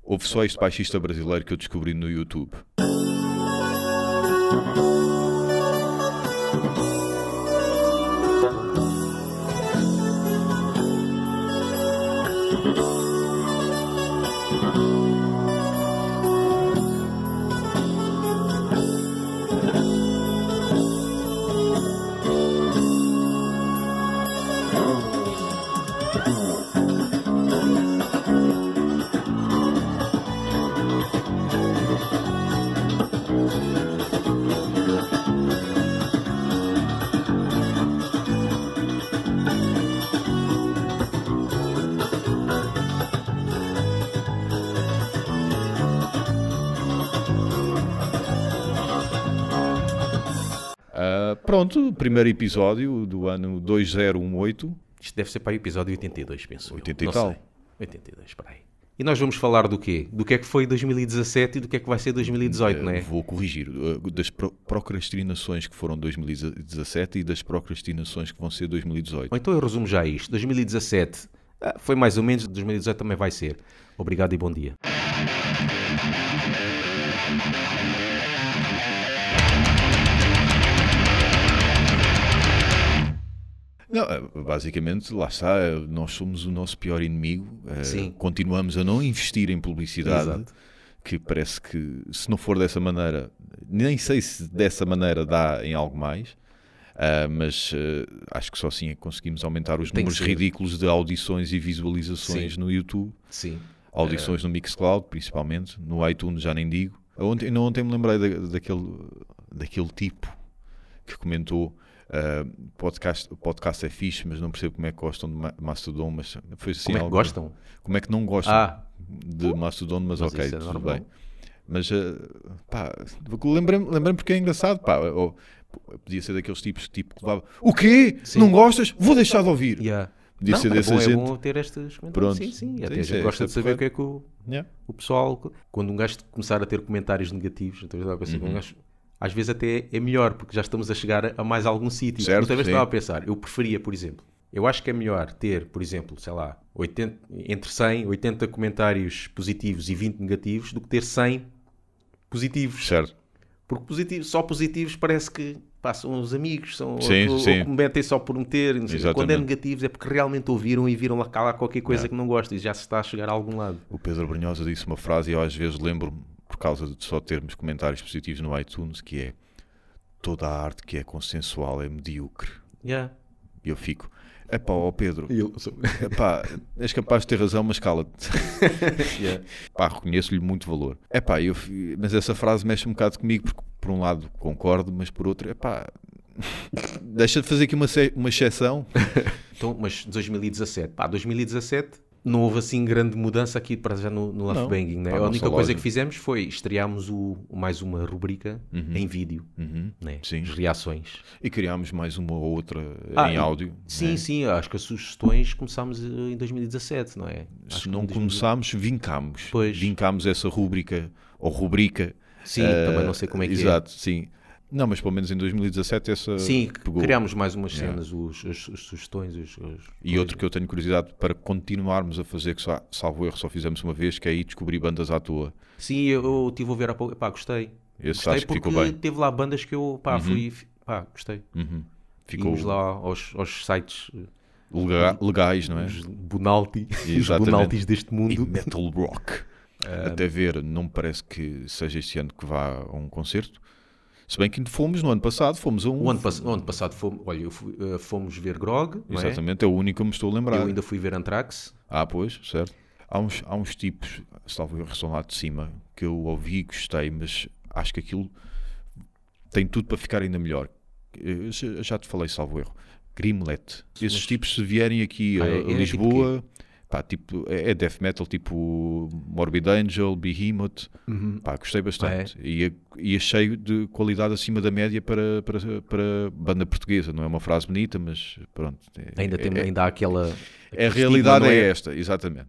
Houve só este baixista brasileiro que eu descobri no YouTube. Ah, pronto, primeiro episódio do ano 2018. Isto deve ser para o episódio 82, penso. eu. 80 e Não tal. sei. 82, para aí. E nós vamos falar do quê? Do que é que foi 2017 e do que é que vai ser 2018, não é? Vou corrigir. eh, Das pro- procrastinações que foram 2017 e das procrastinações que vão ser 2018. Ou então eu resumo já isto. 2017 ah, foi mais ou menos, 2018 também vai ser. Obrigado e bom dia. Não, eh, basicamente, lá está, eh, nós somos o nosso pior inimigo. eh, Sim. Continuamos a não investir em publicidade. Exato. Que parece que, se não for dessa maneira, nem sei se dessa maneira dá em algo mais, ah, mas eh, acho que só assim é que conseguimos aumentar os Tem que números ser. ridículos de audições e visualizações no YouTube, Sim. audições É. no Mixcloud, principalmente, no iTunes já nem digo. Ontem, não, ontem me lembrei da, daquele, daquele tipo que comentou ah, podcast, podcast é fixe, mas não percebo como é que gostam de Ma- Mastodon, mas foi assim Como é que algo- gostam? Como é que não gostam Ah. de Mastodon, mas, Mas ok, isso é tudo normal. bem. Mas eh, pá, lembrei-me lembrei porque é engraçado, pá, ou- podia ser daqueles tipos que tipo que levava, o quê? Sim. Não gostas? Vou deixar de ouvir. Yeah. Podia Não, ser é dessa bom, gente. É bom ter estes comentários. Pronto. Sim, sim. Até Sim, a sim, gente gosta de isso é saber o que é que o, Yeah. o pessoal. Quando um gajo começar a ter comentários negativos, então eu estava a pensar, Uhum. um gajo, às vezes até é melhor, porque já estamos a chegar a, a mais algum sítio. Certo, Outra vez sim. estava a pensar, eu preferia, por exemplo, eu acho que é melhor ter, por exemplo, sei lá, 80, entre 100, 80 comentários positivos e 20 negativos do que ter 100 positivos. Certo. Porque positivo, só positivos parece que pá, são os amigos, são Sim, ou, ou sim. que metem só por meter. e não sei o quê. Quando é Exatamente. negativos é porque realmente ouviram e viram lá, cá lá qualquer coisa que não gostam e já se está a chegar a algum lado. O Pedro Brunhosa disse uma frase e eu às vezes lembro-me, por causa de só termos comentários positivos no iTunes, que é toda a arte que é consensual é medíocre. Yeah. E eu fico, epá, ó Pedro, Yeah. epá, és capaz de ter razão, mas cala-te. pá, reconheço-lhe muito valor. É pá, eu, fi- mas essa frase mexe um bocado comigo, porque por um lado concordo, mas por outro, é pá, deixa de fazer aqui uma, ce- uma exceção. Então, mas 2017, pá, 2017 não houve assim grande mudança aqui para já no, no Love Não. Banging, né? Pá, A não única sou coisa lógico. que fizemos foi estreámos o, mais uma rubrica em vídeo, Uhum. né? Sim. As reações. E criámos mais uma ou outra Ah, em e- áudio. né? Sim, sim, acho que as sugestões começámos eh, em 2017, não é? Acho Se que não em 2017. começámos, vincámos. Pois. Vincámos essa rúbrica, ou rubrica. Sim, eh, também não sei como é que é. Exato, sim. Não, mas pelo menos em 2017 essa Sim, pegou. criámos mais umas cenas, os, as, as sugestões, os, os- E outro que eu tenho curiosidade para continuarmos a fazer, que só- salvo erro só fizemos uma vez, que é aí descobrir bandas à toa. Sim, eu, eu tive a ver há pouco, pá, gostei. Esse gostei acho que porque ficou bem. teve lá bandas que eu, pá, fui, fi- pá, gostei. Uhum. Ficou Íamos lá aos, aos sites, eh, lega- legais, não é? os Bonalti, os Exatamente. Bonaltis deste E mundo. metal rock. Até ver, não me parece que seja este ano que vá a um concerto. Se bem que fomos no ano passado, fomos a um. O ano, pass- o ano passado fomos, olha, eu fui- eh, fomos ver Grog, não é? Exatamente, é o único que eu me estou a lembrar. eu ainda fui ver Anthrax. Ah, pois, certo. Há uns, há uns tipos, salvo erro, são lá de cima, que eu ouvi e gostei, mas acho que aquilo tem tudo para ficar ainda melhor. Eu já já te falei, salvo erro. Grimlet. Esses tipos, se vierem aqui Ah, a, é- a é tipo Lisboa, pá, tipo, é, é death metal, tipo Morbid Angel, Behemoth. Uhum. Pá, gostei Ah, bastante. é? E, a- e achei de qualidade acima da média para, para, para banda portuguesa. Não é uma frase bonita, mas pronto. é- Ainda, é- tem, ainda há aquela. a aquele realidade estigma, não é? esta, exatamente.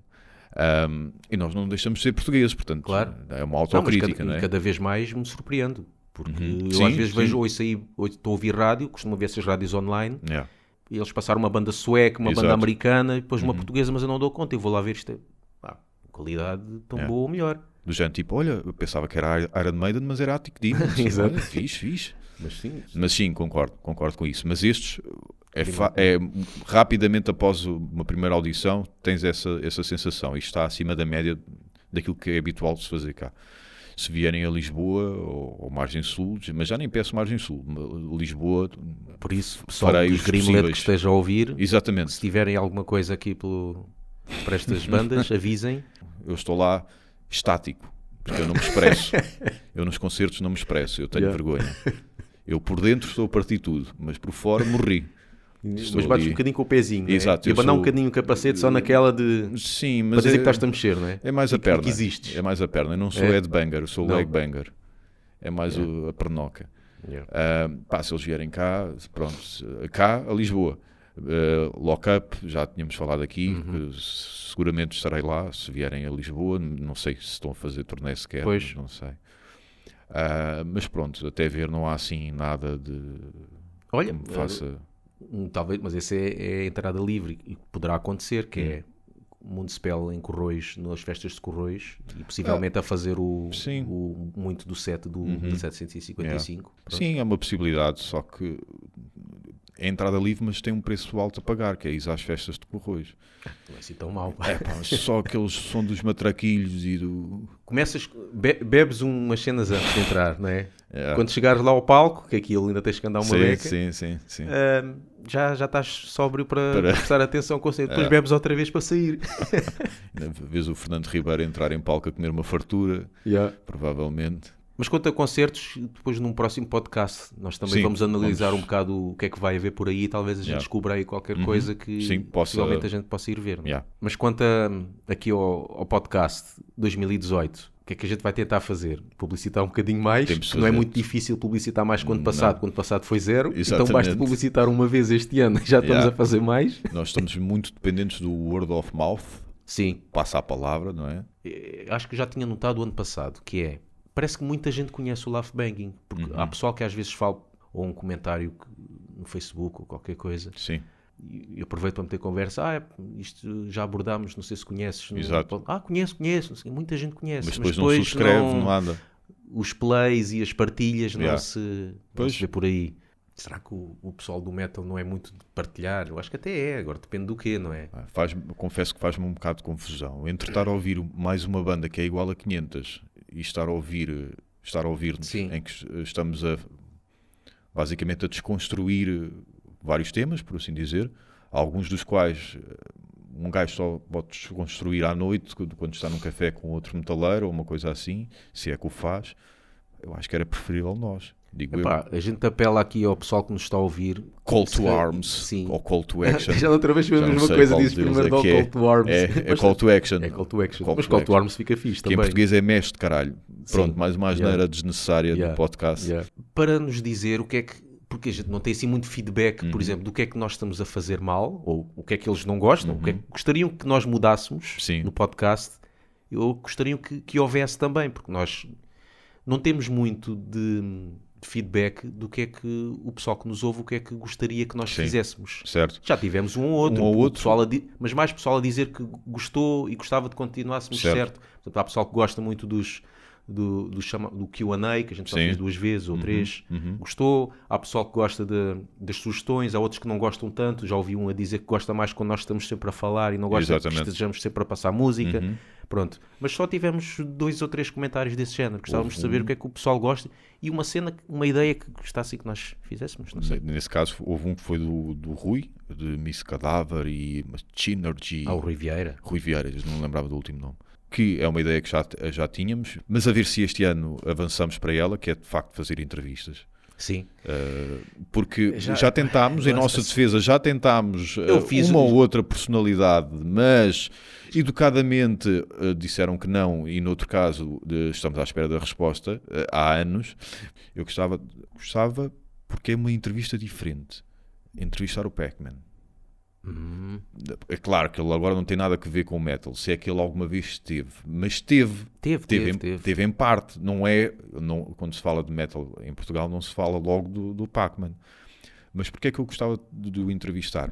Ahm, e nós não deixamos de ser portugueses, portanto, Claro. é uma Não, mas autocrítica, cada, não, é? Uhum. cada vez mais me surpreendo. Porque eu Sim, às vezes sim. vejo, ouço aí, ouço- estou a ouvir rádio, costumo ver essas rádios online, Yeah. e eles passaram uma banda sueca, uma Exato. Uhum. banda americana, e depois uma portuguesa, mas eu não dou conta, eu vou lá ver isto. é- pá, qualidade tão É. boa ou melhor. Do género, tipo, olha, eu pensava que era Iron Maiden, mas era Attic Demons. Tipo, Exato. Olha, fixe, fixe. Mas sim, Mas sim, concordo, concordo com isso. Mas estes, é, fa- é rapidamente após o- uma primeira audição, tens essa, essa sensação. Isto está acima da média daquilo que é habitual de se fazer cá. Se vierem a Lisboa ou, ou Margem Sul, mas já nem peço Margem Sul, ma- Lisboa, por isso, pessoal Farei dos os Grimlet que possíveis. esteja a ouvir, se exatamente. tiverem alguma coisa aqui pelo, para estas bandas, avisem. Eu estou lá estático, porque eu não me expresso. eu nos concertos não me expresso, eu tenho Yeah. vergonha. Eu por dentro estou a partir tudo, mas por fora morri. Estou mas bates ali. um bocadinho com o pezinho. não é? Exato, E eu abanar um sou- bocadinho o capacete só naquela de. Sim, para mas dizer é- que estás-te a mexer, não é? É mais a E que- e que perna. existes. É mais a perna. Eu não sou É. headbanger, eu sou Não. legbanger. É mais o- a pernoca. É. Ah, pá, se eles vierem cá, pronto, se- cá a Lisboa. Ah, lock up, já tínhamos falado aqui, Uhum. que se- seguramente estarei lá se vierem a Lisboa. Não sei se estão a fazer turnê sequer, Pois. não sei. Ah, mas pronto, até ver não há assim nada de que Olha, me faça. Hum, Talvez, mas essa é, é a entrada livre e que poderá acontecer, que é o Municipal em Corroios, nas festas de Corroios, e possivelmente a fazer o, sim. o- muito do set do 1755. Pronto. Sim, é uma possibilidade, só que é entrada livre, mas tem um preço alto a pagar, que é ir às festas de Corroios. Não é assim tão mal. Pá, só aqueles som dos matraquilhos e do. Começas, be- bebes umas cenas antes de entrar, não é? Quando chegares lá ao palco, que aquilo ainda tens que andar uma sim, beca, sim, sim, sim. hum, já, já estás sóbrio para, Para- É. prestar atenção ao concerto. Depois bebes outra vez para sair. Ainda Né, Vês o Fernando Ribeiro entrar em palco a comer uma fartura, provavelmente. Mas quanto a concertos, depois num próximo podcast nós também Sim, vamos analisar vamos. um bocado o que é que vai haver por aí. Talvez a gente Yeah. Uhum. descubra aí qualquer coisa que Sim, possa- possivelmente a gente possa ir ver. não é? Yeah. Mas quanto a, aqui ao, ao podcast 2018, o que é que a gente vai tentar fazer? Publicitar um bocadinho mais, Temos de que não é fazer. muito difícil publicitar mais que o ano passado, quando passado foi zero. Então Exatamente. basta publicitar uma vez este ano, já estamos Yeah. a fazer mais. Nós estamos muito dependentes do word of mouth, Sim, passa a palavra, não é? eh, acho que já tinha notado o ano passado, que é, parece que muita gente conhece o Laugh Banging, porque Uhum. há pessoal que às vezes fala, ou um comentário que- no Facebook ou qualquer coisa, Sim. e e aproveito para meter conversa, ah, é, isto já abordámos, não sei se conheces. no- Exato. Ah, conheço, conheço, não sei, muita gente conhece. Mas depois, não subscreve, não, anda. Os plays e as partilhas não, Yeah. se, não Pois. se vê por aí. Será que o, o pessoal do metal não é muito de partilhar? Eu acho que até é, agora depende do quê, não é? Ah, Faz, confesso que faz-me um bocado de confusão. Entre estar a ouvir mais uma banda que é igual a 500 e estar a ouvir, eh, estar a ouvir Sim. em que es- estamos a basicamente a desconstruir eh, vários temas, por assim dizer, alguns dos quais eh, um gajo só pode desconstruir à noite quando quando está num café com outro metaleiro ou uma coisa assim, se é que o faz. Eu acho que era preferível nós. Digo eu. Epá, a gente apela aqui ao pessoal que nos está a ouvir Call se to calhar- arms sim. ou call to action. Já da outra vez foi a Já não mesma sei coisa, qual disse deles primeiro é dá o que call to arms. É, é Mas call to action. é call to action. Call Mas to call to action. arms fica fixe Que em também. português é mestre, caralho. Pronto, mais uma Yeah. asneira desnecessária Yeah. do podcast. Yeah. Para nos dizer o que é que. Porque a gente não tem assim muito feedback, Uhum. por exemplo, do que é que nós estamos a fazer mal, ou o que é que eles não gostam, o que é que gostariam que nós mudássemos Uhum. Sim. no podcast, ou gostariam que, que houvesse também, porque nós não temos muito de, de feedback do que é que o pessoal que nos ouve, o que é que gostaria que nós Sim. fizéssemos. Certo? Já tivemos um ou outro, Um ou o outro. pessoal a di- mas mais pessoal a dizer que gostou e gostava de continuássemos certo. Certo. Portanto, há pessoal que gosta muito dos, do, do, chama, do QA, que a gente só Sim. Uhum, fez duas vezes ou três, gostou. Há pessoal que gosta de- das sugestões, há outros que não gostam tanto. Já ouvi um a dizer que gosta mais quando nós estamos sempre a falar e não gosta que Exatamente. Uhum. estejamos sempre a passar música. Pronto, mas só tivemos dois ou três comentários desse género. Gostávamos Uhum. de saber o que é que o pessoal gosta e uma cena, que- uma ideia que gostasse que nós fizéssemos. Não sei. Nesse caso, houve um que foi do, do Rui, de Miss Cadáver e Chinergy. Ao Riviera. Rui Vieira, eu não me lembrava do último nome. Que é uma ideia que já, já tínhamos, mas a ver se este ano avançamos para ela, que é de facto fazer entrevistas. Sim. Porque Já- já, tentámos, em nossa defesa, já tentámos eh, Eu fiz uma o- ou outra personalidade, mas educadamente eh, disseram que não, e noutro caso de- estamos à espera da resposta eh, há anos. Eu gostava, gostava porque é uma entrevista diferente. Entrevistar o Pac-Man. Hum. É claro que ele agora não tem nada a ver com o metal, se é que ele alguma vez teve, mas teve, Teve, teve, teve, em, teve. em parte, não é, não, quando se fala de metal em Portugal não se fala logo do, do Pac-Man. Mas porque é que eu gostava de, de o entrevistar?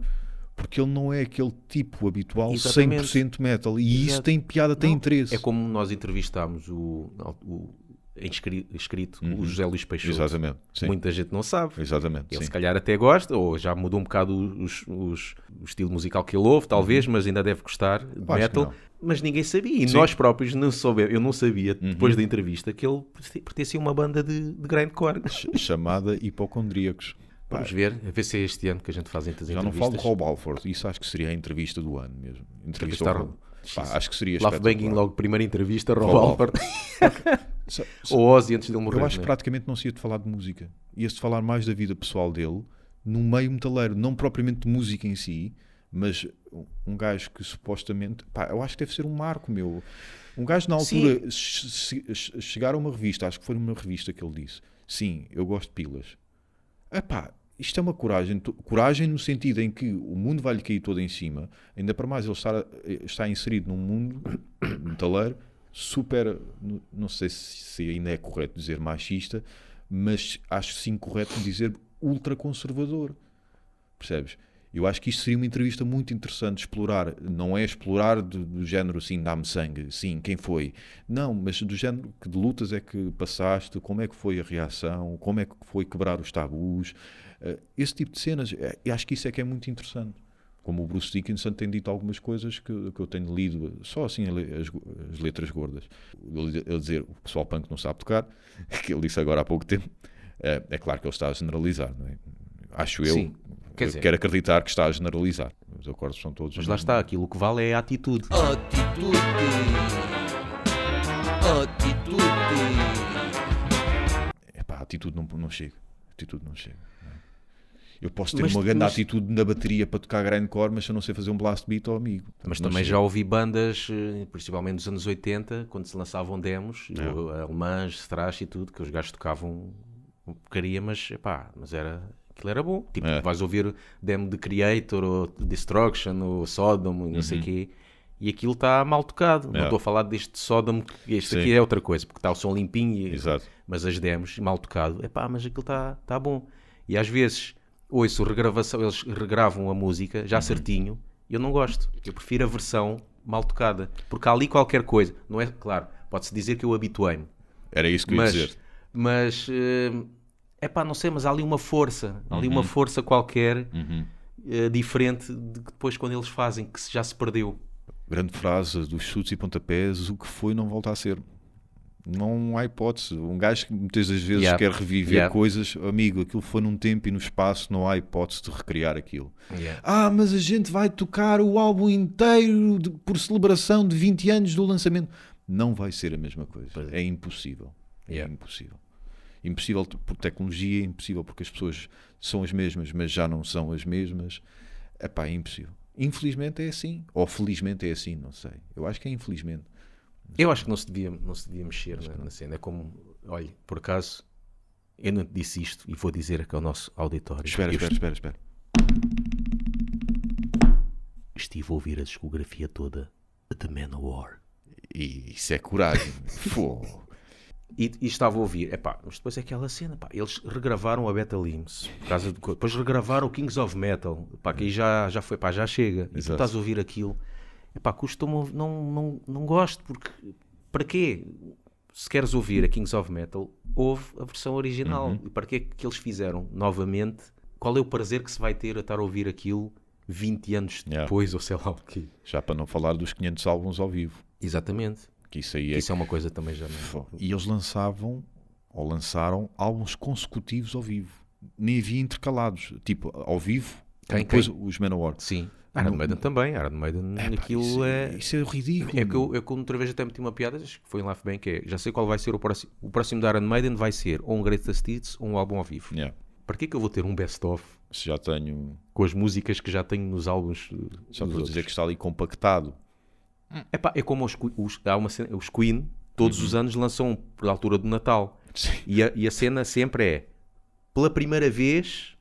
Porque ele não é aquele tipo habitual Exatamente. 100% metal. E isso Exato. tem piada, tem Não, interesse. É como nós entrevistámos o, o em escri- escrito, o José Luís Peixoto. Exatamente. Uhum. Sim. Muita gente não sabe. Exatamente. Ele Sim. se calhar até gosta, ou já mudou um bocado os- os- o estilo musical que ele ouve, talvez, mas ainda deve gostar de Uhum. que metal. não. Mas ninguém sabia, e Sim. Uhum. nós próprios não soubemos. Eu não sabia, depois da entrevista, que ele pertence- pertencia a uma banda de, de grindcore. Ch- Chamada hipocondríacos. Pá, Vamos ver, a ver se é este ano que a gente faz entre as já não entrevistas. falo de Rob Alford. Isso acho que seria a entrevista do ano mesmo. Entrevista Entrevistar ao Rob. Rob. Pá, acho que seria Love Banging, espetacular. logo primeira entrevista, Rob Rob Alford. Sa- sa- Ou Ozzy antes dele morrer. Eu acho né? que praticamente não se ia de falar de música. Ia-se de falar mais da vida pessoal dele, no meio metaleiro, não propriamente de música em si, mas um- um gajo que supostamente. Pá, eu acho que deve ser um marco, meu. Um gajo na Sim. altura che- che- che- chegar a uma revista, acho que foi numa revista que ele disse: Sim, eu gosto de pilas. Epá, isto é uma coragem, tu- coragem no sentido em que o mundo vai-lhe cair todo em cima, ainda para mais ele estar- está inserido num mundo metaleiro super, n- não sei se se ainda é correto dizer machista, mas acho sim correto dizer ultraconservador, percebes? Eu acho que isto seria uma entrevista muito interessante de explorar, não é explorar do, do género assim, dá-me sangue, sim, quem foi? Não, mas do género que de lutas é que passaste, como é que foi a reação, como é que foi quebrar os tabus, eh, esse tipo de cenas, eh, eu acho que isso é que é muito interessante. Como o Bruce Dickinson tem dito algumas coisas que, que eu tenho lido, só assim a le- as, go- as letras gordas. Ele ele dizer o pessoal punk não sabe tocar, que ele disse agora há pouco tempo, eh, é claro que ele está a generalizar, não é? Acho eu. Sim, quer Eu dizer- quero acreditar que está a generalizar. Os acordes são todos. um Mas lá está, aquilo que vale é a atitude. Attitude. Attitude. Epá, a atitude não, não chega. A atitude não chega. não é? Eu posso ter Mas- uma grande mas- atitude na bateria para tocar grindcore, mas se eu não sei fazer um blast beat, ao amigo. Mas Não também chega. já ouvi bandas, eh, principalmente dos anos 80, quando se lançavam demos, É. o- alemãs, thrash e tudo, que os gajos tocavam uma porcaria, mas epá, mas era, aquilo era bom. Tipo, É. vais ouvir demo de Creator, ou Destruction, ou Sodom, ou não sei o quê, e aquilo está mal tocado. Não Uhum. É. estou a falar deste Sodom, que este Sim. aqui é outra coisa, porque está o som limpinho, e- Exato. mas as demos, mal tocado, epá, mas aquilo está tá bom. E às vezes ouço regravação, eles regravam a música Uhum. já certinho, e eu não gosto. Eu prefiro a versão mal tocada, porque há ali qualquer coisa, não é? Claro, pode-se dizer que eu habituei-me, Era isso que eu ia mas, dizer. mas é pá, não sei, mas há ali uma força, há ali uma Uhum. força qualquer eh, diferente de que depois quando eles fazem, que se- já se perdeu. Grande frase dos chutes e pontapés: o que foi não volta a ser. Não há hipótese. Um gajo que muitas das vezes Yeah. quer reviver Yeah. coisas, amigo, aquilo foi num tempo e no espaço, não há hipótese de recriar aquilo. Yeah. Ah, mas a gente vai tocar o álbum inteiro de- por celebração de 20 anos do lançamento. Não vai ser a mesma coisa. É impossível. Yeah. É impossível. Impossível t- por tecnologia, impossível porque as pessoas são as mesmas, mas já não são as mesmas. Epá, é impossível. Infelizmente é assim. Ou felizmente é assim, não sei. Eu acho que é infelizmente. Eu acho que não se devia, não se devia mexer na, na cena. É como, olha, por acaso, eu não te disse isto e vou dizer aqui ao nosso auditório. Espera, eu espera, espera, espera. estive a ouvir a discografia toda de Manowar. E isso é coragem. Fogo. E, e estava a ouvir, epá, mas depois é aquela cena, pá, eles regravaram a Beta Limbs, por causa de co- depois regravaram o Kings of Metal, pá, que aí já, já foi, pá, já chega, e tu Exato. estás a ouvir aquilo, epá, costumo, não, não, não gosto, porque, para quê? Se queres ouvir a Kings of Metal, ouve a versão original, Uhum. e para que é que eles fizeram novamente? Qual é o prazer que se vai ter a estar a ouvir aquilo 20 anos Yeah. depois, ou sei lá o quê? Já para não falar dos 500 álbuns ao vivo. Exatamente, Que isso aí é isso é uma coisa também já não... Fo- E eles lançavam ou lançaram álbuns consecutivos ao vivo. Nem havia intercalados. Tipo, ao vivo, Quem, depois os Manowar. Sim. Iron Maiden também. Iron Maiden, aquilo Ah, isso, é. Isso é ridículo. É que eu, é que outra vez até meti uma piada, acho que foi em Laugh Bem, que é, já sei qual vai ser o próximo. O próximo da Iron Maiden vai ser ou um Greatest Hits ou um álbum ao vivo. Yeah. Para que é que eu vou ter um best-of Se já tenho. com as músicas que já tenho nos álbuns uh, Só dos para dizer outros? que está ali compactado. Epá, é como os, Queen- os- há uma cena- os Queen, todos Uhum. os anos lançam um por altura do Natal. Sim. E a, e a cena sempre é, pela primeira vez,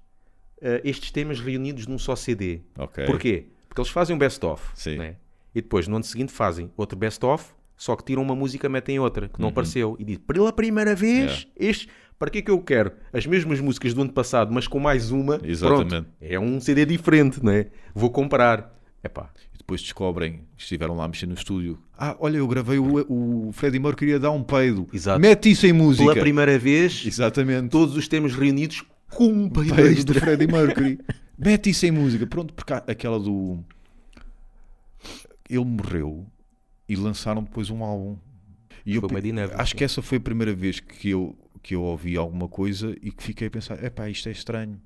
eh, estes temas reunidos num só CD. Ok. Porquê? Porque eles fazem um best-of Sim. né? e depois no ano seguinte fazem outro best-of Só que tiram uma música, metem outra, Uhum. que não apareceu. E diz, pela primeira vez, este... Para que é que eu quero as mesmas músicas do ano passado, mas com mais uma? Exatamente. Pronto, é um CD diferente, não é? Vou comprar. Epá, E depois descobrem que estiveram lá a mexer no estúdio. Ah, olha, eu gravei o, o Freddie Mercury queria dar um peido. Exato. Mete isso em música. pela primeira vez, Exatamente. todos os temas reunidos com um peido Peido do extra. Freddie Mercury. Mete isso em música. Pronto, porque há aquela do. Ele morreu e lançaram depois um álbum. E eu Foi pe- uma dinâmica, acho sim. que essa foi a primeira vez que eu, que eu ouvi alguma coisa e que fiquei a pensar: epá, isto é estranho.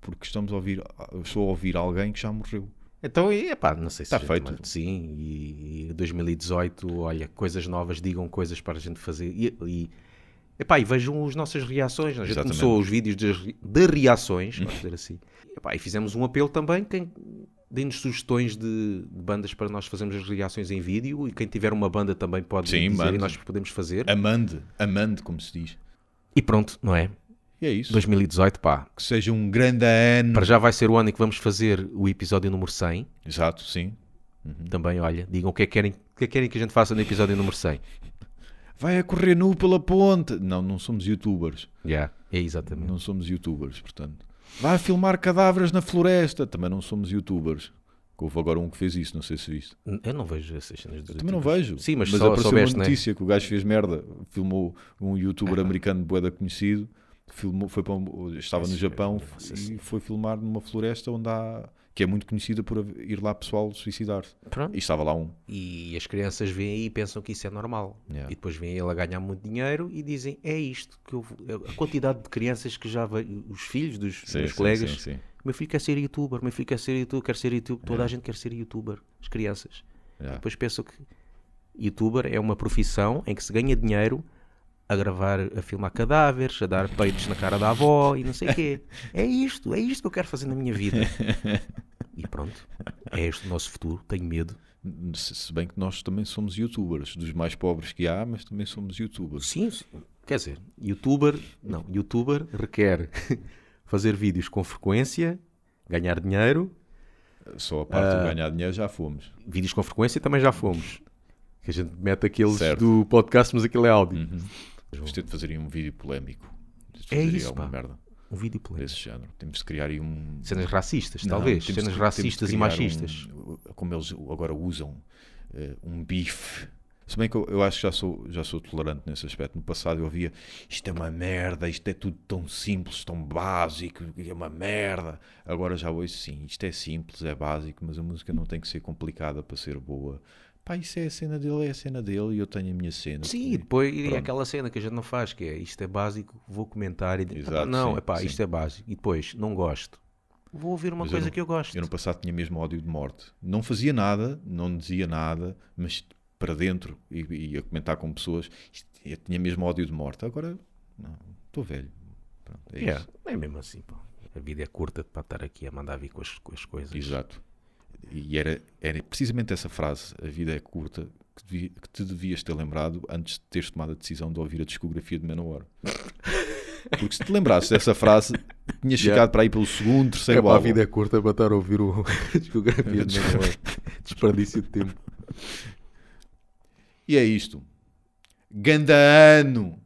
Porque estamos a ouvir, eu estou a ouvir alguém que já morreu. Então, e, epá, não sei se... Tá já- feito. mas Sim, e, e 2018, olha, coisas novas, digam coisas para a gente fazer. E, e, epá, e vejam as nossas reações. A gente Exatamente. começou os vídeos das re- de, reações, vamos dizer assim. Epá, e fizemos um apelo também, quem... Deem-nos sugestões de, de bandas para nós fazermos as reações em vídeo e quem tiver uma banda também pode Sim, dizer mande. É. e nós podemos fazer. Amande, amande, como se diz. E pronto, não é? E é isso. 2018, pá. Que seja um grande ano. Para já vai ser o ano em que vamos fazer o episódio número 100. Exato, sim. Uhum. Também, olha, digam o que é que querem, o que, é que querem que a gente faça no episódio número 100. Vai a correr nu pela ponte. Não, não somos youtubers. Yeah. É exatamente. Não somos youtubers, portanto. Vai filmar cadáveres na floresta. Também não somos youtubers. Que Houve agora um que fez isso, não sei se viste. Eu não vejo essas cenas tipo. dos Também não youtubers. vejo. Sim, mas, mas só, apareceu soubeste, uma né? notícia que o gajo fez merda. Filmou um youtuber americano de boeda conhecido. Filmou, foi para um- estava no Esse- é Japão nossa e senhora. foi filmar numa floresta onde há, que é muito conhecida por haver- ir lá pessoal suicidar-se. Pronto. E estava lá um. E as crianças veem aí e pensam que isso é normal. Yeah. E depois vem ele a ganhar muito dinheiro e dizem: é isto. que eu vou- A quantidade de crianças que já veio, os filhos dos Sim, meus sim, colegas, sim, sim. meu filho quer ser youtuber, meu filho quer ser youtuber, quer ser youtuber. Toda a gente quer ser youtuber, as crianças. Yeah. Depois pensam que youtuber é uma profissão em que se ganha dinheiro a gravar, a filmar cadáveres, a dar peitos na cara da avó e não sei o quê. É isto, é isto que eu quero fazer na minha vida. E pronto, é este o nosso futuro, tenho medo. Se se bem que nós também somos youtubers, dos mais pobres que há, mas também somos youtubers. Sim, sim. quer dizer, youtuber, não, youtuber requer fazer vídeos com frequência, ganhar dinheiro, Só a parte Ah. de ganhar dinheiro já fomos. vídeos com frequência também já fomos. Que a gente mete aqueles Certo. do podcast, mas aquilo é áudio. Temos de fazer aí um vídeo polémico. Temos de É fazer aí isso, alguma pá. merda Um vídeo pleno. desse género. Temos de criar aí um. Cenas racistas, Não, talvez. temos Cenas de- temos racistas de e criar machistas. um- como eles agora usam, eh, um bife. Se bem que eu, eu acho que já sou, já sou tolerante nesse aspecto. No passado eu via isto é uma merda, isto é tudo tão simples, tão básico, é uma merda. Agora já ouço sim, isto é simples, é básico, mas a música não tem que ser complicada para ser boa. Pá, isso é a cena dele, é a cena dele e eu tenho a minha cena. Sim, e depois e aquela cena que a gente não faz, que é isto é básico, vou comentar e dizer, Exato, não, sim, epá, sim. isto é básico. E depois, não gosto. Vou ouvir uma Mas eu coisa não- que eu gosto. Eu no passado tinha mesmo ódio de morte. Não fazia nada, não dizia nada, mas para dentro e, e a comentar com pessoas, isto- eu tinha mesmo ódio de morte. Agora, não, estou velho. Pronto, é Yeah, isso. é mesmo assim, pá. A vida é curta para estar aqui a mandar vir com as, com as coisas. Exato. E era, era precisamente essa frase, a vida é curta, que, devia- que te devias ter lembrado antes de teres tomado a decisão de ouvir a discografia de Manowar. Porque se te lembrasses dessa frase, tinhas chegado Yeah. para aí pelo segundo, terceiro Epá, álbum. é curta para estar a ouvir o a discografia de Manuel. Desperdício de tempo. E é isto. Ganda ano!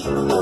Thank